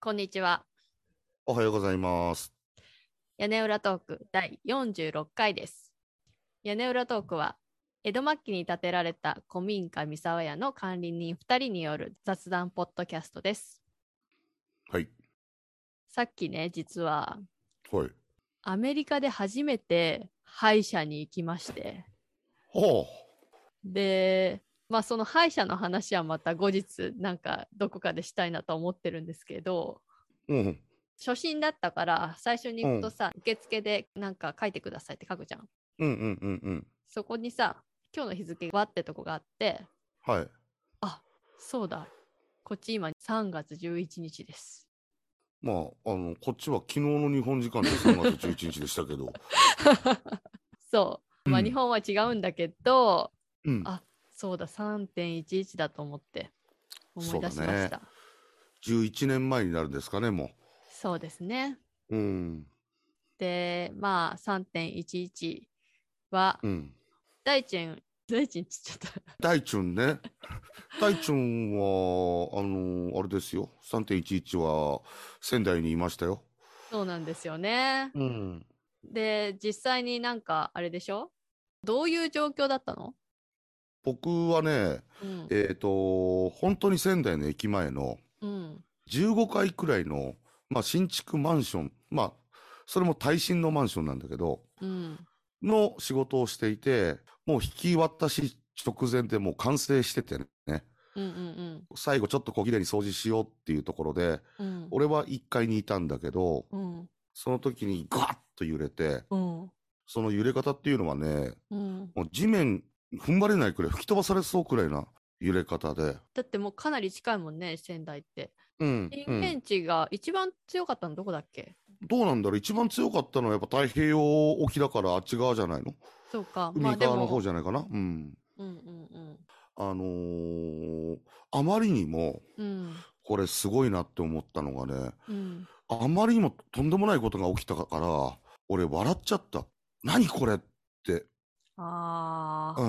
こんにちは。おはようございます。屋根裏トーク第46回です。屋根裏トークは、江戸末期に建てられた古民家三沢屋の管理人2人による雑談ポッドキャストです。はい。さっきね、実ははい。アメリカで初めて歯医者に行きまして、ほで、まあその歯医者の話はまた後日、なんかどこかでしたいなと思ってるんですけど、う。うん。初心だったから最初に行くとさ、受付でなんか書いてくださいって書くじゃん。うんうんうんうん。そこにさ、今日の日付はってとこがあって、はい。そうだ、こっち今3月11日です。まあ、あの、こっちは昨日の日本時間で3月11日でした けど。そう。まあうん日本は違うんだけど、うんあそうだ、3.11だと思って思そいう出だしましねた。。 11年前になるんですかね、もそうですね。う。うん。で、まあ3.11は、うん。大臣、大臣ちょっと、大チュンね。大チュンは、あの、あれですよ。3.11は仙台にいましたよ。そうなんですよね。うん。で、実際になんかあれでしょどういう状況だったの、僕はね、うん、えっ、と、本当に仙台の駅前の、うん。 15階くらいの、まあ、新築マンション、まあ、それも耐震のマンションなんだけど、うん。の仕事をしていて、もう引き渡し直前でもう完成しててね、うんうん最後ちょっと小綺麗に掃除しようっていうところで、うん。うん。俺は1階にいたんだけど、うん。その時にガッと揺れて、うん。その揺れ方っていうのはね、うん。もう地面踏ん張れないくらい吹き飛ばされそうくらいな揺れ方で、だってもうかなり近いもんね、仙台って。うん、震うん源地が一番強かったのどこだっけ、どうなんだろう一番強かったのはやっぱ太平洋沖だからあっち側じゃないのそうか。まあ海で側のも方。じゃないかな。うん。うんうんあのーあまりにも、うん。うん。これすごいなって思ったのがね、うん。あまりにもとんでもないことが起きたから、俺笑っちゃった。何これって。あうあ、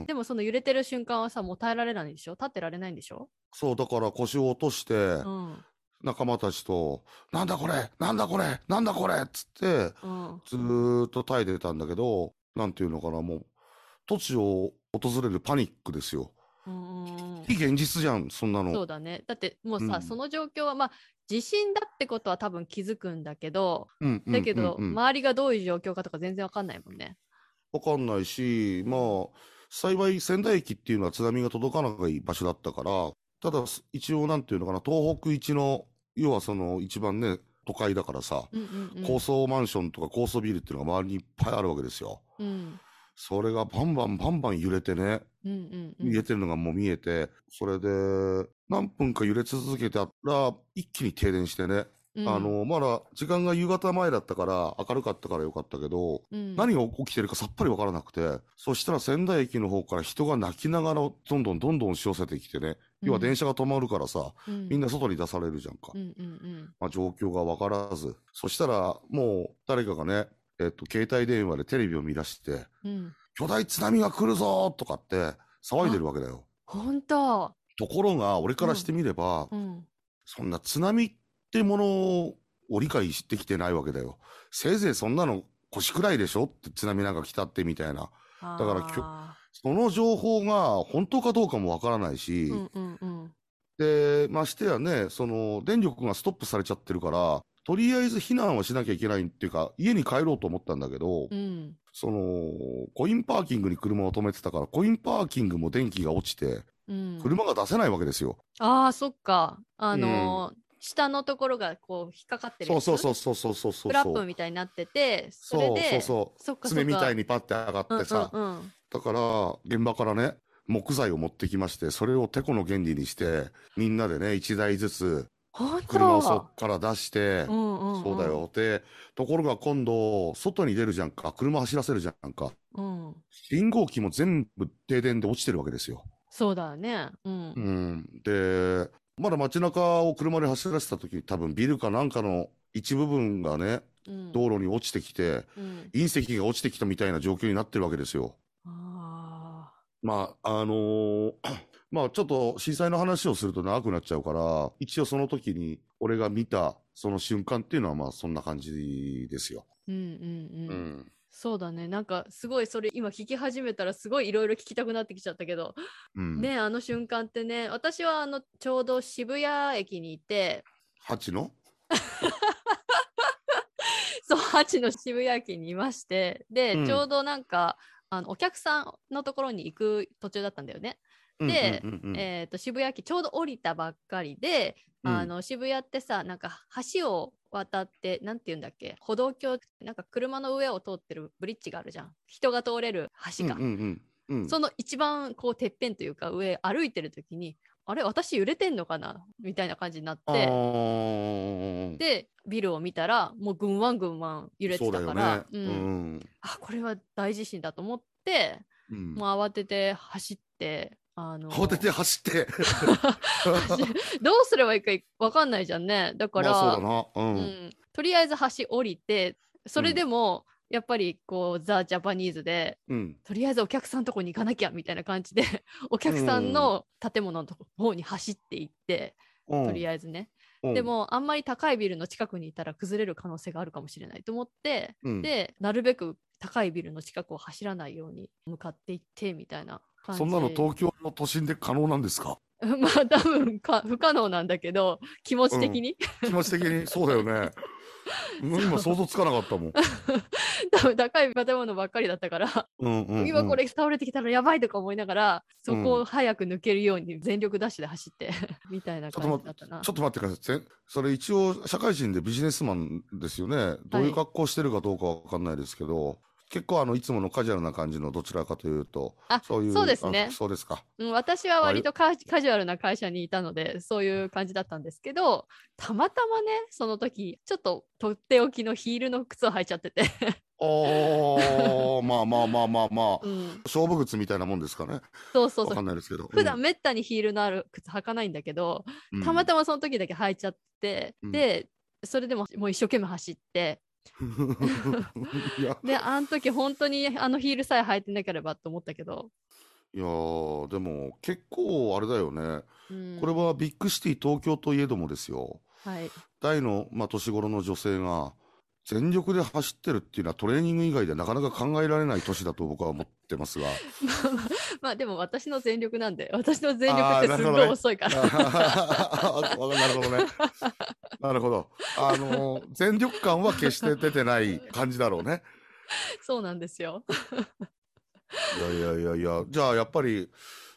ーん。でもその揺れてる瞬間はさ、もう耐えられないでしょ立ってられないんでしょそう、だから腰を落として、うん。仲間たちと、なんだこれなんだこれなんだこれっつって、うん。ずーっと耐えてたんだけど、なんていうのかな、もう、土地を訪れるパニックですよ。うんうんうん非現実じゃん、そんなの。そうだね。だってもうさ、うんその状況は、まあ、地震だってことは多分気づくんだけど、うんうんだけど、うんうん周りがどういう状況かとか全然わかんないもんね。わかんないし、まあ、幸い仙台駅っていうのは津波が届かない場所だったから、ただす一応なんていうのかな、東北一の、要はその一番ね、都会だからさ、うんうんうん高層マンションとか高層ビルっていうのが周りにいっぱいあるわけですよ。うんそれがバンバンバンバン揺れてね、うんうんうん揺れてるのがもう見えて、それで、何分か揺れ続けたら、一気に停電してね、うんあの、まだ時間が夕方前だったから、明るかったからよかったけど、うん何が起きてるかさっぱりわからなくて、そしたら仙台駅の方から人が泣きながらどんどんどんどん押し寄せてきてね、要は電車が止まるからさ、みんな外に出されるじゃんか。うんうんまあ、状況がわからず。そしたらもう誰かがね、えっと、携帯電話でテレビを見出して、うんうん巨大津波が来るぞとかって騒いでるわけだよ。本当ところが、俺からしてみれば、うんそんな津波ってものを理解してきてないわけだよ。せいぜいそんなの腰くらいでしょって津波なんか来たってみたいな。だからきょその情報が本当かどうかもわからないし、うんうんうんで、ましてやね、その、電力がストップされちゃってるから、とりあえず避難はしなきゃいけないっていうか、家に帰ろうと思ったんだけど、うんその、コインパーキングに車を止めてたから、コインパーキングも電気が落ちて、うん車が出せないわけですよ。ああそっかあのー下のところがこう引っかかってるそうやつそうそうそうそうそうそう。フラップみたいになっててそれそうそうでそそっう。かそっ爪みたいににパッて上がってさ、うんうんだから、現場からね、木材を持ってきまして、それをテコの原理にして、みんなでね、一台ずつ、本当車をそっから出して、うんうんんそうだよ。で、ところが今度、外に出るじゃんか、車走らせるじゃんか、うん信号機も全部停電で落ちてるわけですよ。そうだよねうんうん。で、まだ街中を車で走らせた時、多分ビルかなんかの一部分がね、うん道路に落ちてきて、うん隕石が落ちてきたみたいな状況になってるわけですよ。ああまあ、あのー まあちょっと震災の話をすると長くなっちゃうから、一応その時に俺が見たその瞬間っていうのはまあそんな感じですよ。うんうんううん。ん。そうだね。なんかすごいそれ今聞き始めたらすごいいろいろ聞きたくなってきちゃったけど、うん。ねあの瞬間ってね、私はあのちょうど渋谷駅にいて、 八のそう、8の渋谷駅にいまして、で、うんちょうどなんか、あのお客さんのところに行く途中だったんだよね。でうんうんうんうんえー、と渋谷駅ちょうど降りたばっかりで、うんあの渋谷ってさなんか橋を渡ってなんて言うんだっけ歩道橋なんか車の上を通ってるブリッジがあるじゃん人が通れる橋が、うんうんうんうんその一番こうてっぺんというか上歩いてる時にあれ私揺れてんのかなみたいな感じになっあてーでビルを見たらもうぐんわんぐんわん揺れてたからそうだようね。んうんあこれは大地震だと思って、うんもう慌てて走って。あの慌てて走って。 どうすればいいか分かんないじゃんねだから、まあそうだな。う。うんん、とりあえず橋降りてそれでもやっぱりこうザ・ジャパニーズでうん。とりあえずお客さんのとこに行かなきゃみたいな感じで お客さんの建物のとこ方に走っていって、うんとりあえずね、うんで、もあんまり高いビルの近くにいたら崩れる可能性があるかもしれないと思って、うん、でなるべく高いビルの近くを走らないように向かっていってみたいな感じそんなの東京の都心で可能なんですか まあ多分か不可能なんだけど気持ち的に、気持ち的に。そうだよね。うん今想像つかなかったもん。多分高い建物ばっかりだったからうんうんうん今これ倒れてきたらやばいとか思いながら、うんそこを早く抜けるように全力ダッシュで走って みたいな感じだったなちょっと待ってください。それ一応、社会人でビジネスマンですよね。どういう格好してるかどうかわかんないですけど、結構あの、いつものカジュアルな感じのどちらかというと、あそういう。そうですねあそうですか。うん、私は割とカカジュアルな会社にいたのでそういう感じだったんですけどたまたまねその時ちょっととっておきのヒールの靴を履いちゃってて、あー、まあまあまあまあまあ、うん、勝負靴みたいなもんですかね。そうそうわそかうんないですけど。普段めったにヒールのある靴履かないんだけど、うん、たまま。たまその時だけ履いちゃって、うんでそれでももう一生懸命走って いや、であの時本当にあのヒールさえ履いてなければと思ったけど、いやーでも結構あれだよね。うんこれはビッグシティ東京といえどもですよ。はい、大の、まあ、年頃の女性が全力で走ってるっていうのはトレーニング以外ではなかなか考えられない年だと僕は思ってますが まあまあまあでも私の全力なんで私の全力あっーてなすごるほどねい遅いかあら、ーなるほどねなるほどあのー全力感は決して出てない感じだろうね そうなんですよ。いやいやいやいやじゃあやっぱり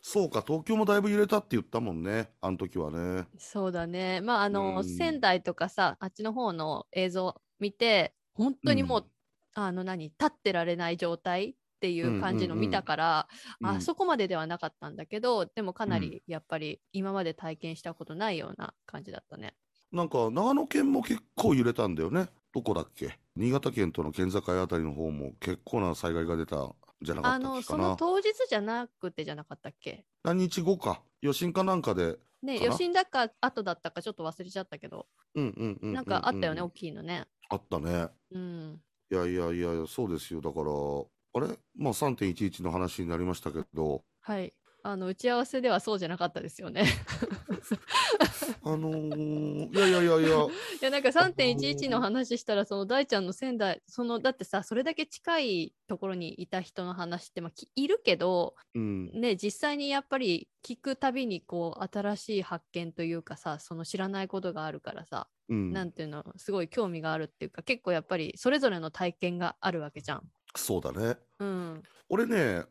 そうか東京もだいぶ揺れたって言ったもんねあの時はねそうだねまああの、うん仙台とかさあっちの方の映像見て本当にもう、うんあの何立ってられない状態っていう感じのうんうんうん見たから、うんあそこまでではなかったんだけどでもかなうりやっぱり今まで体験したことないような感じだったね。なんか長野県も結構揺れたんだよねどこだっけ新潟県との県境あたりの方も結構な災害が出たんじゃなかあったっのけかそなの当日じゃなくてじゃなかったっけ何日後か余震かなんかでねかな余震だか後だったかちょっと忘れちゃったけど、うんうんうんうなんかあったよね、うん大きいのね。あったねうん。いやいやいやそうですよだからあれまあ3.11の話になりましたけどはい。あの打ち合わせではそうじゃなかったですよね。あのー、いやいやいやいやいやなんか3.11の話したらその大ちゃんの仙台そのだってさそれだけ近いところにいた人の話って、まあ、きいるけどうんね実際にやっぱり聞くたびにこう新しい発見というかさその知らないことがあるからさ、うんなんていうのすごい興味があるっていうか結構やっぱりそれぞれの体験があるわけじゃん。そうだねうん、俺ね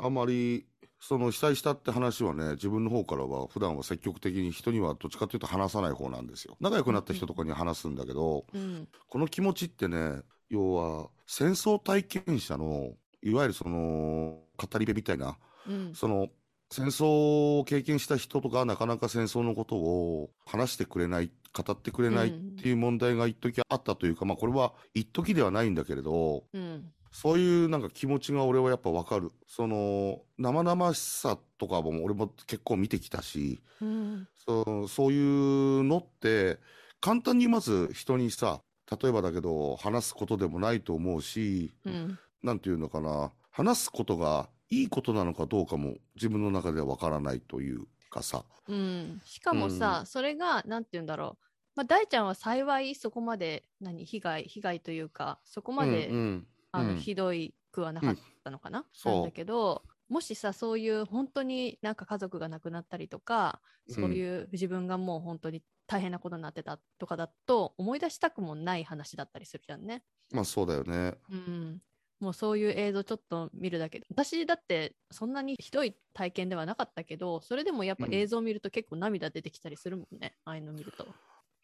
あまりその被災したって話はね自分の方からは普段は積極的に人にはどっちかというと話さない方なんですよ仲良くなった人とかには話すんだけど、うん、この気持ちってね、要は戦争体験者の、いわゆるその、語り部みたいな、うんその、戦争を経験した人とか、なかなか戦争のことを話してくれない、語ってくれないっていう問題が一時あったというか、まあこれは一時ではないんだけれど、うんそういうなんか気持ちが俺はやっぱわかる。その、生々しさとかも俺も結構見てきたし、うんそうそういうのって簡単にまず人にさ例えばだけど話すことでもないと思うし、うんなんていうのかな話すことがいいことなのかどうかも自分の中ではわからないというかさ、うん、しかもさ、それが何て言うんだろう、まあ、大ちゃんは幸いそこまで何被害被害というかそこまで、うんうんあのうんひどいくはなかったのかな、そうなんだけどもしさそういう本当になんか家族が亡くなったりとかそういう自分がもう本当に大変なことになってたとかだと思い出したくもない話だったりするじゃんね。まあそうだよね。うん、もうそういう映像ちょっと見るだけで私だってそんなにひどい体験ではなかったけどそれでもやっぱうん映像見ると結構涙出てきたりするもんね、ああいうの見ると。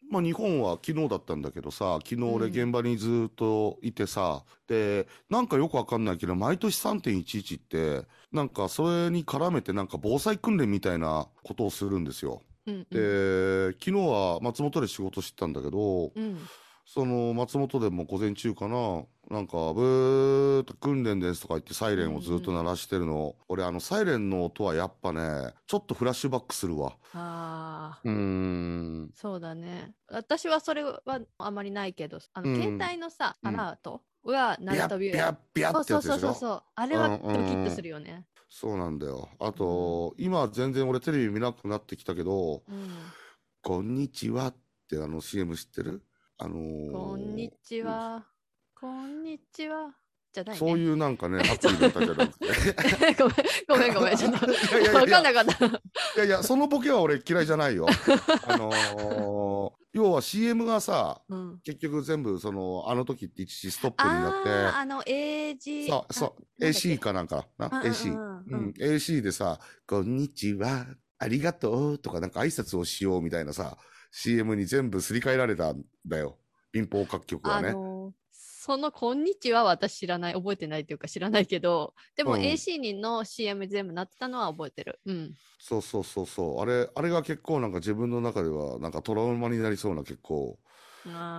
まあ、日本は昨日だったんだけどさ昨日俺うん現場にずっといてさ、でなんかよくわかんないけど毎年3.11ってなんかそれに絡めてなんか防災訓練みたいなことをするんですよ。うんで、昨日は松本で仕事してたんだけどうんその松本でも午前中かななんか「ブーっと訓練です」とか言ってサイレンをずっと鳴らしてるの、俺あのサイレンの音はやっぱねちょっとフラッシュバックするわ。あーうーんそうだね私はそれはあまりないけどあの、うん携帯のさうんアラートはビ鳴ャるッとビビャッビャッそうってそやうつでそうしそうょそうあれはうんドキうんッとするよね。そうなんだよ。あと、今全然俺テレビ見なくなってきたけど、うんこんにちはってあの CM 知ってるあのーこんにちは、こんにちはじゃない、ね、そうういうなんかね、アプリだったじゃなくて。 ごめん ごめんごめんちょっと いやいやいや分いかやんなかった。いやいや、そのボケは俺嫌いじゃない よ。あのー要は CM がさ、うん結局全部その、あの時って一時ストップにあーなっあの AG て、そう、そあう、なんだっけ AC かなんかな、あ AC。うんううんうんん、AC でさ、こんにちは、ありがとうとかなんか挨拶をしようみたいなさ、CM に全部すり替えられたんだよ。民放各局はあね。のーその「こんにちは」は私知らない覚えてないというか知らないけどでもうん AC 人の CM 全部なってたのは覚えてるうんそうそうそうそう。あれ、あれが結構なんか自分の中ではなんかトラウマになりそうな結構、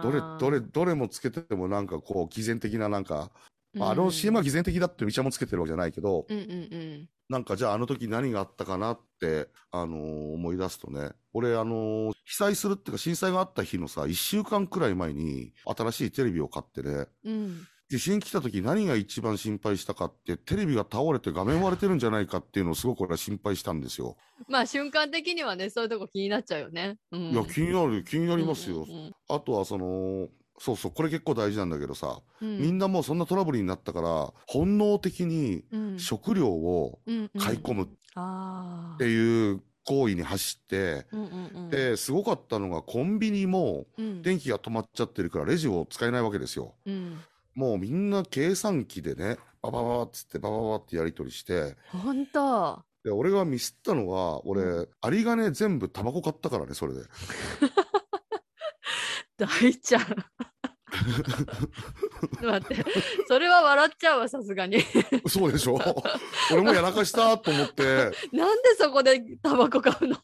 どれ、どれ、どれもつけててもなんかこう、偽善的ななんか、まあ、あの CM はうん偽善的だってみちゃんもつけてるわけじゃないけど、うんうんなんかじゃああの時何があったかなって、あのー思い出すとね、俺あのー被災するっていうか震災があった日のさ、1週間くらい前に新しいテレビを買ってね、うんうん地震来た時何が一番心配したかって、テレビが倒れて画面割れてるんじゃないかっていうのをすごく俺は心配したんですよ。まあ瞬間的にはねそういうとこ気になっちゃうよねうんいや、気になる、気にななりますよ。あとはその、そうそう、これ結構大事なんだけどさ、みみんなもうそんなトラブルになったから、本能的に食料を買い込むっあてあいう行為に走って、うんうんうんで、すごかったのが、コンビニも、うん電気が止まっちゃってるから、レジを使えないわけですよ。うんもうみんな計算機でね、ババババっつって、バババってやり取りして、ほんとで、俺がミスったのは、俺、う有金全部タバコ買ったからね、それで。大ちゃん待ってそれは笑っちゃうわさす がにそうでしょ俺もやらかしたと思って、なんでそこでタバコ買うの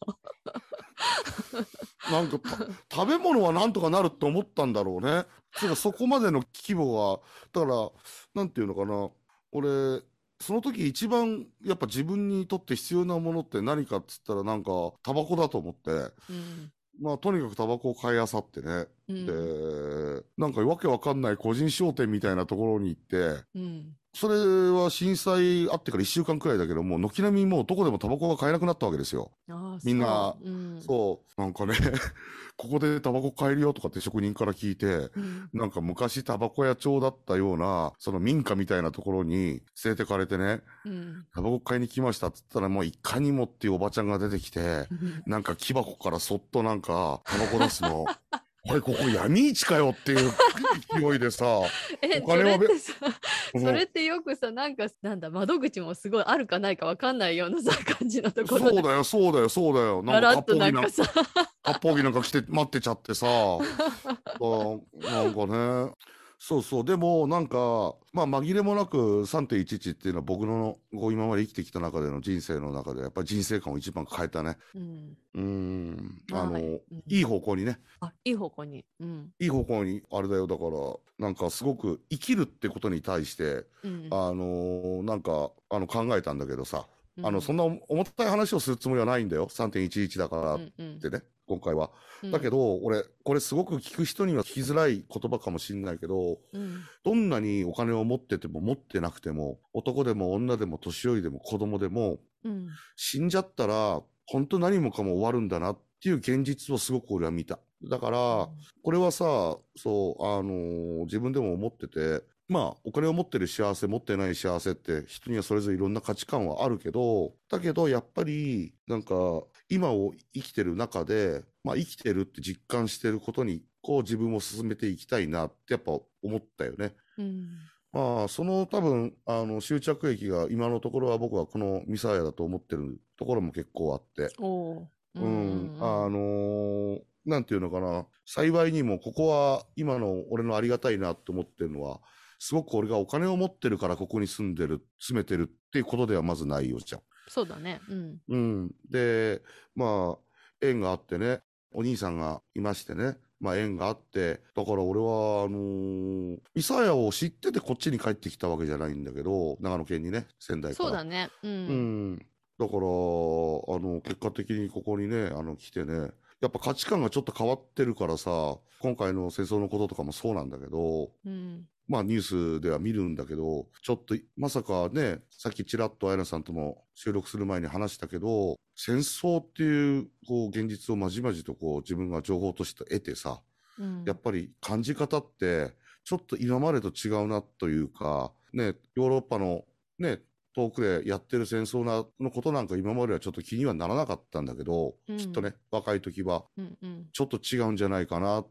なんかた、食べ物はなんとかなるって思ったんだろうね。つうか、そこまでの規模は、だから、なんていうのかな。俺、その時一番、やっぱ自分にとって必要なものって何かっつったら、なんか、タバコだと思って、うんまあ、とにかくタバコを買いあさってね。うんで、なんかわけわかんない個人商店みたいなところに行って、うんそれは震災あってから一週間くらいだけど、もう軒並みもうどこでもタバコが買えなくなったわけですよ。あーみんなそううんそう、なんかね、 ここでタバコ買えるよとかって職人から聞いて、うんなんか昔タバコ屋町だったような、その民家みたいなところに連れてかれてね、 うんタバコ買いに来ましたって言ったらもういかにもっていうおばちゃんが出てきて、なんか木箱からそっとなんかタバコ出す の。これここ闇市かよっていう勢い でさ、えおそ金れはっべてさそれってよくさなんかなんだ窓口もすごいあるかないかわかんないようなさ感じのとこそろうでだよ、そうだよ、そうだよ。ガなんラかッ八と方な着んなんかかさ八方着なんか来て待ってちゃってさあなんかねそうそうでもなんかまあ紛れもなく3.11っていうのは僕のこう今まで生きてきた中での人生の中でやっぱり人生観を一番変えたねうんうんあの、はいいうんい方向にねあいい方向にうんいい方向にあれだよだからなんかすごく生きるってことに対してうんあのなんかあの考えたんだけどさ、あのそんなな重たい話をするつもりはないんだよ3.11だからっうんうんてね、今回は。だけど、ど、俺、これすごく聞く人には聞きづらい言葉かもしれないけど、うんどんなにお金を持ってても持ってなくても、男でも女でも年寄りでも子供でも、うん、死んじゃったら、本当何もかも終わるんだなっていう現実をすごく俺は見た。だから、これはさ、そう、あのー自分でも思ってて、まあ、お金を持ってる幸せ、持ってない幸せって、人にはそれぞれいろんな価値観はあるけど、だけど、やっぱり、なんか、今を生きてる中で、まあ、生きてるって実感してることに、こう自分を進めていきたいなってやっぱ思ったよね。うんまあ、その多分、あの、終着駅が今のところは僕はこのミサイヤだと思ってるところも結構あって。おーううんん。うんあのーなんていうのかな。幸いにもここは今の俺のありがたいなって思ってるのは、すごく俺がお金を持ってるからここに住んでる、住めてるっていうことではまずないよじゃん。そうだね。うん。うん。で、まあ、縁があってね、お兄さんがいましてね、まあ縁があって、だから俺は、あのー、伊佐屋を知っててこっちに帰ってきたわけじゃないんだけど、長野県にね、仙台から。そうだね。う。うんん。だから、あの、結果的にここにね、あの、来てね、やっぱ価値観がちょっと変わってるからさ、今回の戦争のこととかもそうなんだけど、うん。まあニュースでは見るんだけど、ちょっとまさかね、さっきちらっとアイナさんとも収録する前に話したけど、戦争っていう、こう、現実をまじまじとこう、自分が情報として得てさ、うんやっぱり感じ方って、ちょっと今までと違うなというか、ね、ヨーロッパのね、遠くでやってる戦争なのことなんか今まではちょっと気にはならなかったんだけど、うんきっとね、若い時はうんうんちょっと違うんじゃないかなっ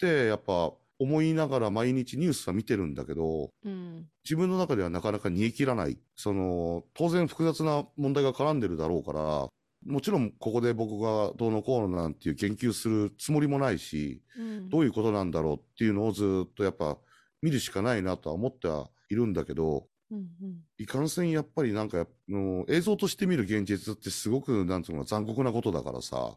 て、やっぱ思いながら毎日ニュースは見てるんだけど、うん自分の中ではなかなか煮え切らない。その、当然複雑な問題が絡んでるだろうから、もちろんここで僕がどうのこうのなんていう研究するつもりもないし、うんどういうことなんだろうっていうのをずっとやっぱ見るしかないなとは思ってはいるんだけど、うんうんいかんせんやっぱりなんか、あの映像として見る現実ってすごくなんつうのか残酷なことだからさ、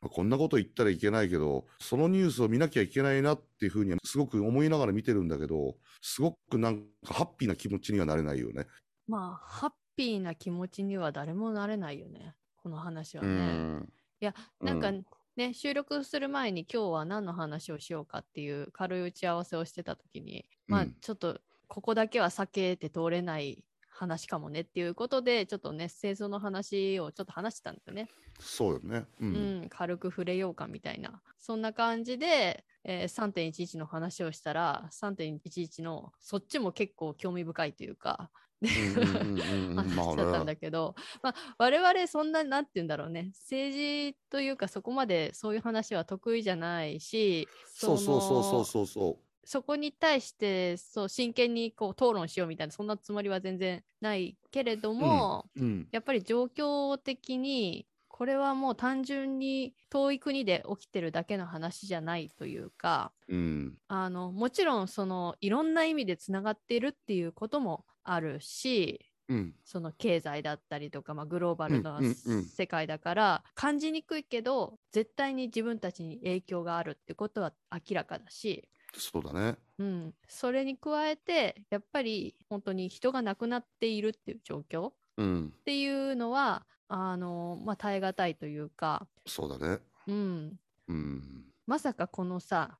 こんなこと言ったらいけないけど、そのニュースを見なきゃいけないなっていうふうにはすごく思いながら見てるんだけど、すごくなんかハッピーな気持ちにはなれないよね。まあ、ハッピーな気持ちには誰もなれないよね。この話はうね。んいや、なんかうね、収録する前に今日は何の話をしようかっていう軽い打ち合わせをしてた時に、まあうん、ちょっとここだけは避けて通れない話かもねっていうことで、ちょっとね、戦争の話をちょっと話してたんだよね。そうよね。うう。んん、軽く触れようかみたいなそんな感じで、えー3.11の話をしたら3.11のそっちも結構興味深いというかでうんうんうんう んまあ話だったんだけど、まあ、我々そんななんて言うんだろうね政治というかそこまでそういう話は得意じゃないしそうそうそうそううそうそそこに対してそう真剣にこう討論しようみたいなそんなつもりは全然ないけれども、う。うん。やっぱり状況的にこれはもう単純に遠い国で起きてるだけの話じゃないというかうん。あのもちろんそのいろんな意味でつながってるっていうこともあるしうん。その経済だったりとか、まあ、グローバルなうんうんうん世界だから、感じにくいけど絶対に自分たちに影響があるってことは明らかだし、そうだね。うん、それに加えてやっぱり本当に人が亡くなっているっていう状況っうん。ていうのはあの、まあ、耐え難いというか、そうだね。うん、うん。まさかこのさ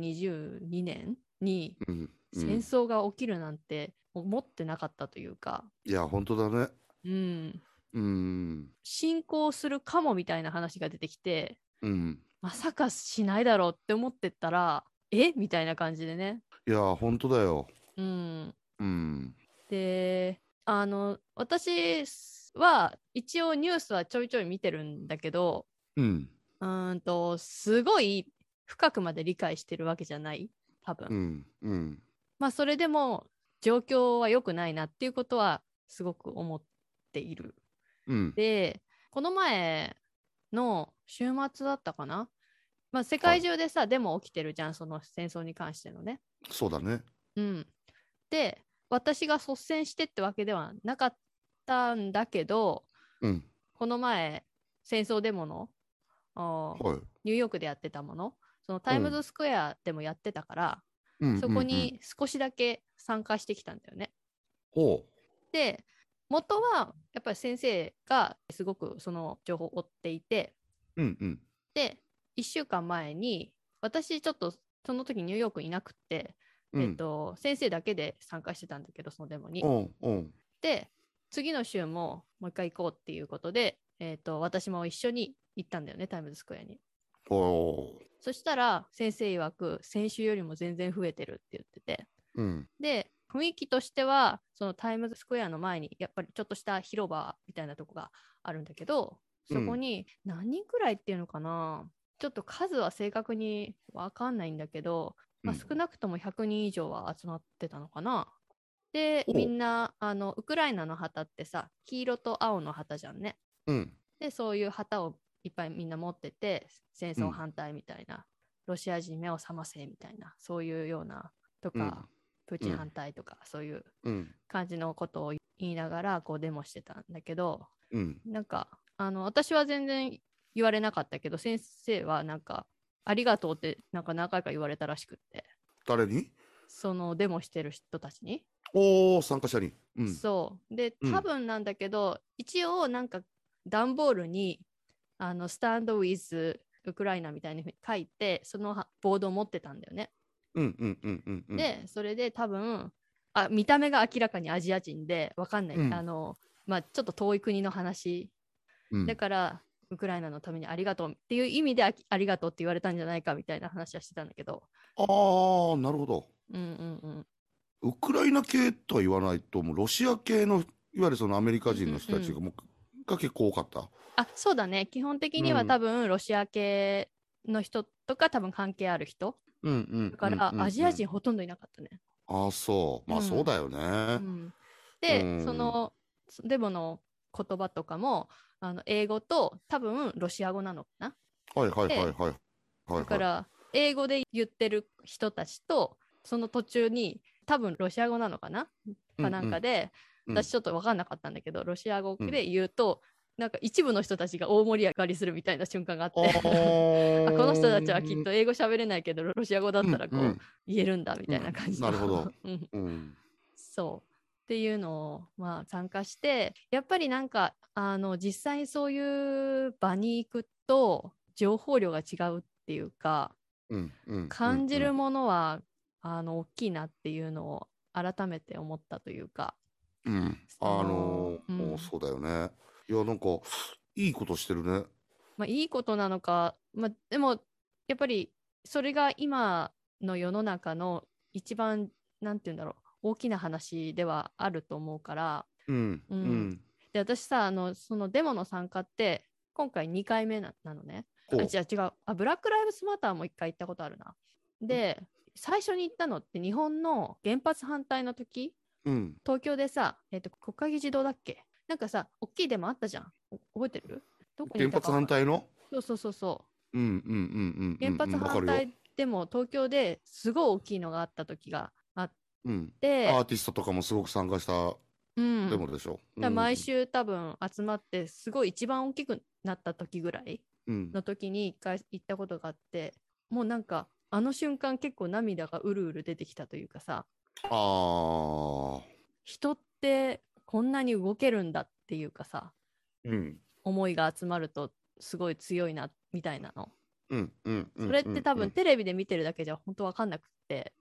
2022年にうんう戦ん、争が起きるなんて思ってなかったというか、いや本当だねうん、うん進行するかもみたいな話が出てきてうんまさかしないだろうって思ってたらえみたいな感じでね。いや本当だようんうんであの私は一応ニュースはちょいちょい見てるんだけどうんうーんとすごい深くまで理解してるわけじゃない多分、うんうんまあそれでも状況は良くないなっていうことはすごく思っているうんでこの前の週末だったかな、まあ、世は界い中でさデモ起きてるじゃんその戦争に関してのねそうだねうん、で私が率先してってわけではなかったんだけどうんこの前戦争デモのあーはいニューヨークでやってたものそのタイムズスクエアでもやってたから、うんそこに少しだけ参加してきたんだよね。うんうんほで元はやっぱり先生がすごくその情報を追っていてううんうんで1週間前に私ちょっとその時ニューヨークいなくって、うんえっと、先生だけで参加してたんだけどそのデモに。うんうんで次の週ももう一回行こうっていうことで、えっと私も一緒に行ったんだよねタイムズスクエアに。おーそしたら先生曰く先週よりも全然増えてるって言っててうんで雰囲気としてはそのタイムズスクエアの前にやっぱりちょっとした広場みたいなとこがあるんだけどそこに何人くらいっていうのかな、ちょっと数は正確にわかんないんだけど、まあ、うん少なくとも100人以上は集まってたのかな。でおうみんなあのウクライナの旗ってさ黄色と青の旗じゃんね。うんでそういう旗をいっぱいみんな持ってて戦争うん反対みたいな、ロシア人目を覚ませみたいなそういうようなとか、うんプーチうンん反対とか、そういううん感じのことを言いながらこうデモしてたんだけどうんなんかあの私は全然言われなかったけど先生はなんか「ありがとう」ってなんか何回か言われたらしくって誰にそのデモしてる人たちに。おお参加者にうんそうでうん多分なんだけど、一応なんか段ボールにあのスタンドウィズウクライナみたいに書いてそのはボードを持ってたんだよね。うんうんうんうんうんでそれで多分あ見た目が明らかにアジア人でわかんない、うんあのまあ、ちょっと遠い国の話うんだから、ウクライナのためにありがとうっていう意味であきありがとうって言われたんじゃないかみたいな話はしてたんだけど、ああなるほどうんうんうん、ウクライナ系とは言わないともうロシア系のいわゆるそのアメリカ人の人たちがもう、が結構多かったあそうだね基本的にうはん多分ロシア系の人とか多分関係ある人うんうんだから、アジア人ほとんどいなかったね。ああそうまあうんそうだよね、うんで、うんそのデモの言葉とかもあの英語と多分ロシア語なのかな、はいはいはいはいはいはいだから英語で言ってる人たちとその途中に多分ロシア語なのかな、かなんかで、でうん私ちょっと分かんなかったんだけどロシア語で言うと、なんか一部の人たちが大盛り上がりするみたいな瞬間があっあて あーこの人たちはきっと英語喋れないけどロシア語だったらこう、うんうん言えるんだみたいな感じの、うんなるほど うん、うんそうっていうのを、まあ、参加してやっぱりなんかあの実際にそういう場に行くと情報量が違うっていうかうんうん感じるもものは、あの大きいなっていうのを改めて思ったというか。うん、うんあのーうんもうそうだよねいやなんかいいことしてるねまあ、いいことなのか、まあ、でもやっぱりそれが今の世の中の一番なんて言うんだろう大きな話ではあると思うからうんううんんで私さあのそのデモの参加って今回2回目ななのねこあう違う違うあブラック・ライブズ・マターも1回行ったことあるなで最初に行ったのって日本の原発反対の時うん東京でさ、えっと国会議事堂だっけなんかさ大きいデモあったじゃんお覚えてるどこに原いた発か反対のそうそうそうそううんうんうんう原んうん発わか反るよ対でも東京ですごい大きいのがあった時があっうんて、アーティストとかもすごく参加したうん、デモでしょ、だから毎週多分集まってすごい一番大きくなった時ぐらいうんの時に一回行ったことがあってもうなんかあの瞬間結構涙がうるうる出てきたというかさああ人ってこんなに動けるんだっていうかさうん思いが集まるとすごい強いなみたいなのうんうんうんそれって多う分んテレビで見てるだけじゃ本当わかんなくって、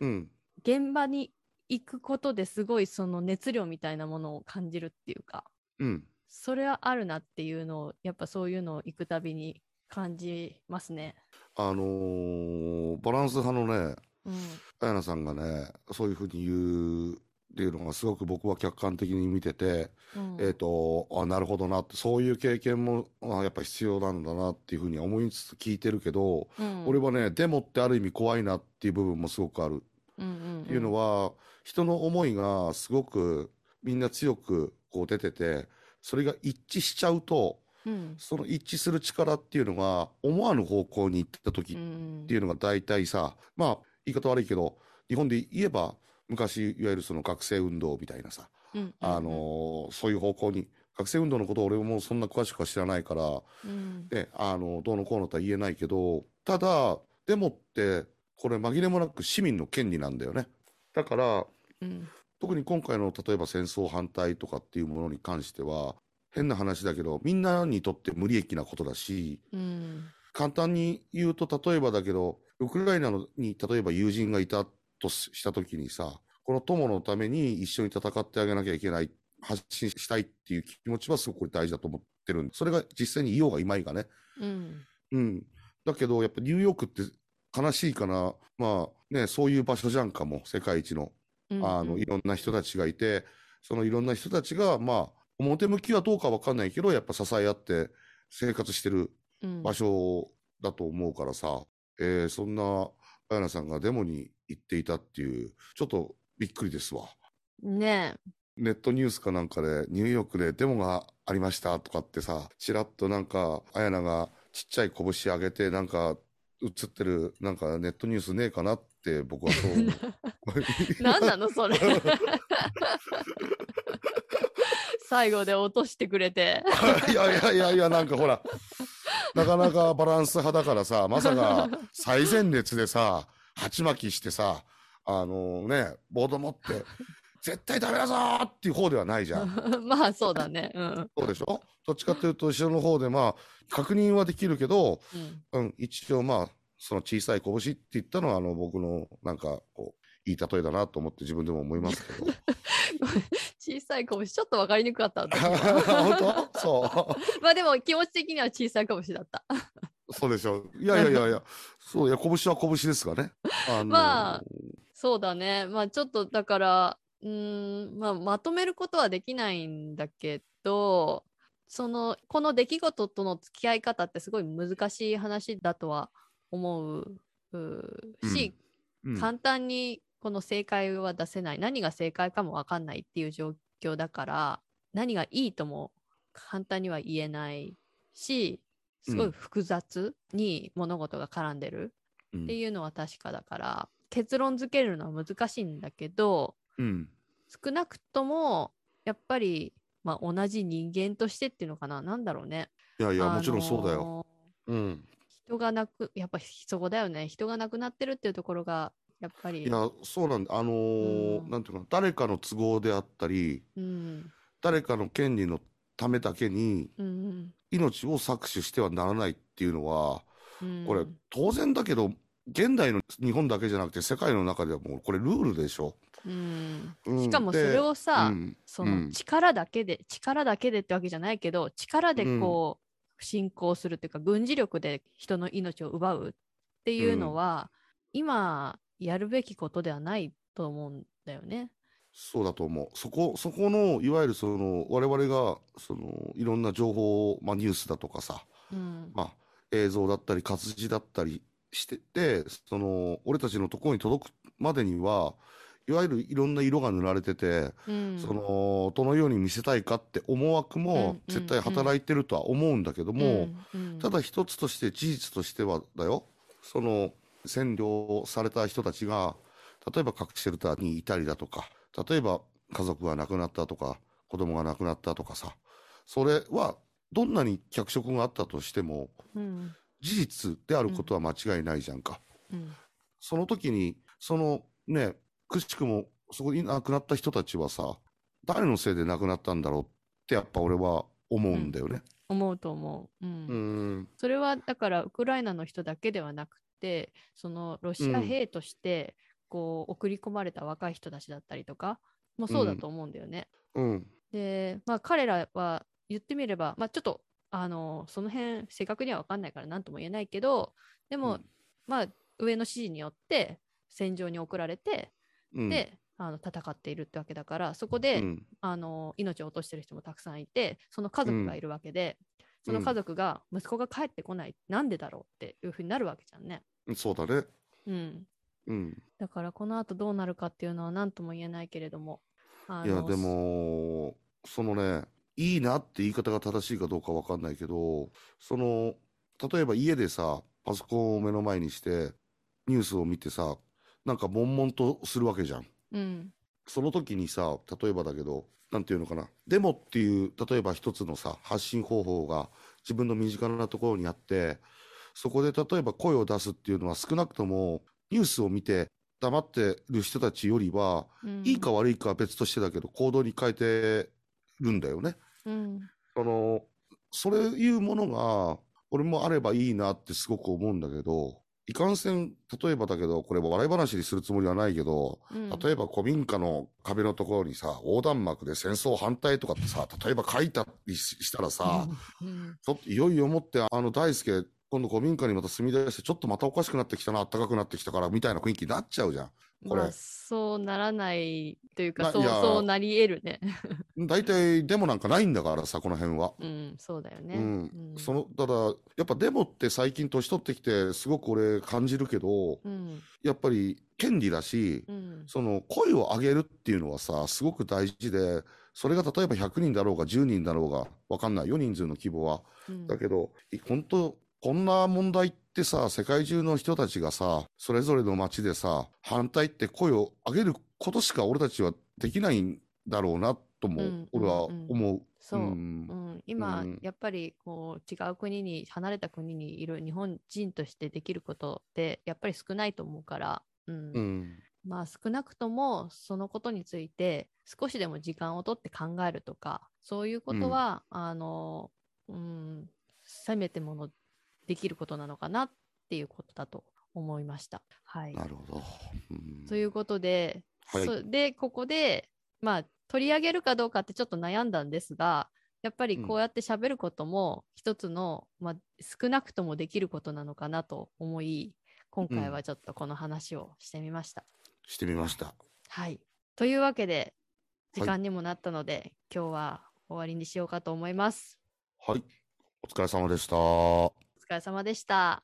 うん現場に行くことですごいその熱量みたいなものを感じるっていうかうんそれはあるなっていうのをやっぱそういうのを行くたびに感じますね。あのーバランス派のねうん、綾菜さんがねそういうふうに言うっていうのがすごく僕は客観的に見てて、うんえっ、とあなるほどなってそういう経験もあやっぱ必要なんだなっていうふうに思いつつ聞いてるけど、うん俺はねデモってある意味怖いなっていう部分もすごくあるうんっていうのは、は、人の思いがすごくみんな強くこう出ててそれが一致しちゃうとうんその一致する力っていうのが思わぬ方向に行ってた時うっんていうのが大体さ、まあ言い方悪いけど日本で言えば昔いわゆるその学生運動みたいなさ、うんあのーそういう方向に学生運動のことを俺もそんな詳しくは知らないから、うんね、あのどうのこうのとは言えないけどただデモってこれ紛れもなく市民の権利なんだよね。だからうん特に今回の例えば戦争反対とかっていうものに関しては変な話だけどみんなにとって無利益なことだしうん簡単に言うと、例えばだけど、ウクライナのに、例えば友人がいたとししたときにさ、この友のために一緒に戦ってあげなきゃいけない、発信したいっていう気持ちはすごくこれ大事だと思ってるんで、それが実際にいようがいまいがね。うん。うん。だけど、やっぱニューヨークって悲しいかな、まあね、そういう場所じゃんかも、世界一の。うんあの、いろんな人たちがいて、そのいろんな人たちが、まあ、表向きはどうかわかんないけど、やっぱ支え合って生活してるうん場所だと思うからさ、えーそんな、あやなさんがデモに行っていたっていう、ちょっとびっくりですわ。ねネットニュースかなんかで、ニューヨークでデモがありましたとかってさ、ちらっとなんか、あやながちっちゃい拳上げて、なんか、映ってる、なんかネットニュースねえかなって僕はそう思え。う。なんなのそれ。最後で落としてくれて。いやいやいやいや、なんかほら、なかなかバランス派だからさ、まさか最前列でさ、鉢巻きしてさ、あのね、ボード持って、絶対ダメだぞーっていう方ではないじゃん。 まあそうだね。うん。そうでしょどっちかというと、後ろの方でまあ、確認はできるけど、うんうん、一応まあ、その小さい拳って言ったのは、あの、僕の、なんか、こう、いい例えだなと思って自分でも思いますけど。 小さい拳ちょっと分かりにくかった私 は本当そう。まあでも気持ち的には小さい拳だったそうで しょ。いやいやいやいや、そういや、拳は拳ですがね。あのまあそうだねまあちょっとだからうーん、まあ、まとめることはできないんだけどそのこの出来事との付き合い方ってすごい難しい話だとは思ううーし、うん簡単にこの正解は出せない何が正解かも分かんないっていう状況だから何がいいとも簡単には言えないしすごういん複雑に物事が絡んでるうんっていうのは確かだから、結論付けるのは難しいんだけどうん少なくともやっぱり、まあ、同じ人間としてっていうのかななんだろうね。いやいや、あのーもちろんそうだよ。うん。人がなくやっぱそこだよね人が亡くなってるっていうところがやっぱりいや、そうなんだ。あのーうんなんていうか、誰かの都合であったり、うん誰かの権利のためだけに、うん命を搾取してはならないっていうのは、うん、これ、当然だけど、現代の日本だけじゃなくて、世界の中ではもう、これルールでしょ。うん、うんしかもそれ、をでさ、うんそうのん力だけで、力だけでってわけじゃないけど力でこう進行するっていうか、軍事力で人の命を奪うっていうのは、今やるべきことではないと思うんだよね。そうだと思う。そこ、そこの、いわゆるその、我々が、その、いろんな情報を、まあ、ニュースだとかさ、うんまあ、映像だったり活字だったりしてて、その、俺たちのところに届くまでには、いわゆるいろんな色が塗られてて、うんその、どのように見せたいかって思惑うもん絶対働いてるとは思うんだけども、うんうんただ一つとして事実としてはだよ、その占領された人たちが、例えば核シェルターにいたりだとか、例えば家族が亡くなったとか、子供が亡くなったとかさ、それはどんなに脚色があったとしても、うん事実であることは間違いないじゃんか。うんその時に、そのね、くしくもそこに亡くなった人たちはさ、誰のせいで亡くなったんだろうってやっぱ俺は思うんだよね。思うと思う。うんうんそれはだからウクライナの人だけではなくてそのロシア兵としてこう送り込まれた若い人たちだったりとかもそうだと思うんだよね。うんで、まあ、彼らは言ってみれば、まあ、ちょっとあのその辺正確には分かんないから何とも言えないけどでも、まあ、上の指示によって戦場に送られて、うん、であの戦っているってわけだからそこうで、ん、あの命を落としてる人もたくさんいてその家族がいるわけで、うんその家族が息子が帰ってこないなんでだろうっていうふうになるわけじゃんね。そうだね。うん、うん、だからこの後どうなるかっていうのは何とも言えないけれども。あいやのでもそのねいいなって言い方が正しいかどうかわかんないけどその例えば家でさパソコンを目の前にしてニュースを見てさなんか悶々とするわけじゃん。うんその時にさ例えばだけどなんていうのかなデモっていう例えば一つのさ発信方法が自分の身近なところにあってそこで例えば声を出すっていうのは少なくともニュースを見て黙ってる人たちよりはうんいいか悪いかは別としてだけど、行動に変えてるんだよね。うんその、そういうものが、俺もあればいいなってすごく思うんだけど、いかんせん、例えばだけど、これ笑い話にするつもりはないけど、うん例えば古民家の壁のところにさ、横断幕で戦争反対とかってさ、例えば書いたりししたらさ、うんちょっといよいよもって、あの大輔、今度古民家にまた住み出して、ちょっとまたおかしくなってきたな、暖かくなってきたから、みたいな雰囲気になっちゃうじゃ これまあ、そうならないというか、なそういやそうなり得るね。ん。大体デモなんかないんだからさ、この辺は。うん、そうだよね。うんう、んそのただやっぱデモって最近年取ってきてすごく俺感じるけどうん、やっぱり権利だしうん、その声を上げるっていうのはさすごく大事でそれが例えば100人だろうが10人だろうが分かんないよ人数の規模は。うんだけどい本当こんな問題ってさ世界中の人たちがさそれぞれの街でさ反対って声を上げることしか俺たちはできないんだろうなうともん俺はうんうん思う。そう。んうん、今、うんやっぱりこう違う国に離れた国にいる日本人としてできることってやっぱり少ないと思うから、うんうんまあ少なくともそのことについて少しでも時間をとって考えるとかそういうことは、あのうんせめてものできることなのかなっていうことだと思いました。はい、なるほど。うんということで、はいそでここで、まあ、取り上げるかどうかってちょっと悩んだんですがやっぱりこうやって喋ることも一つの、まあ、少なくともできることなのかなと思い今回はちょっとこの話をしてみました。してみました。はい、というわけではい時間にもなったので、今日は終わりにしようかと思います。はい。お疲れ様でした。お疲れ様でした。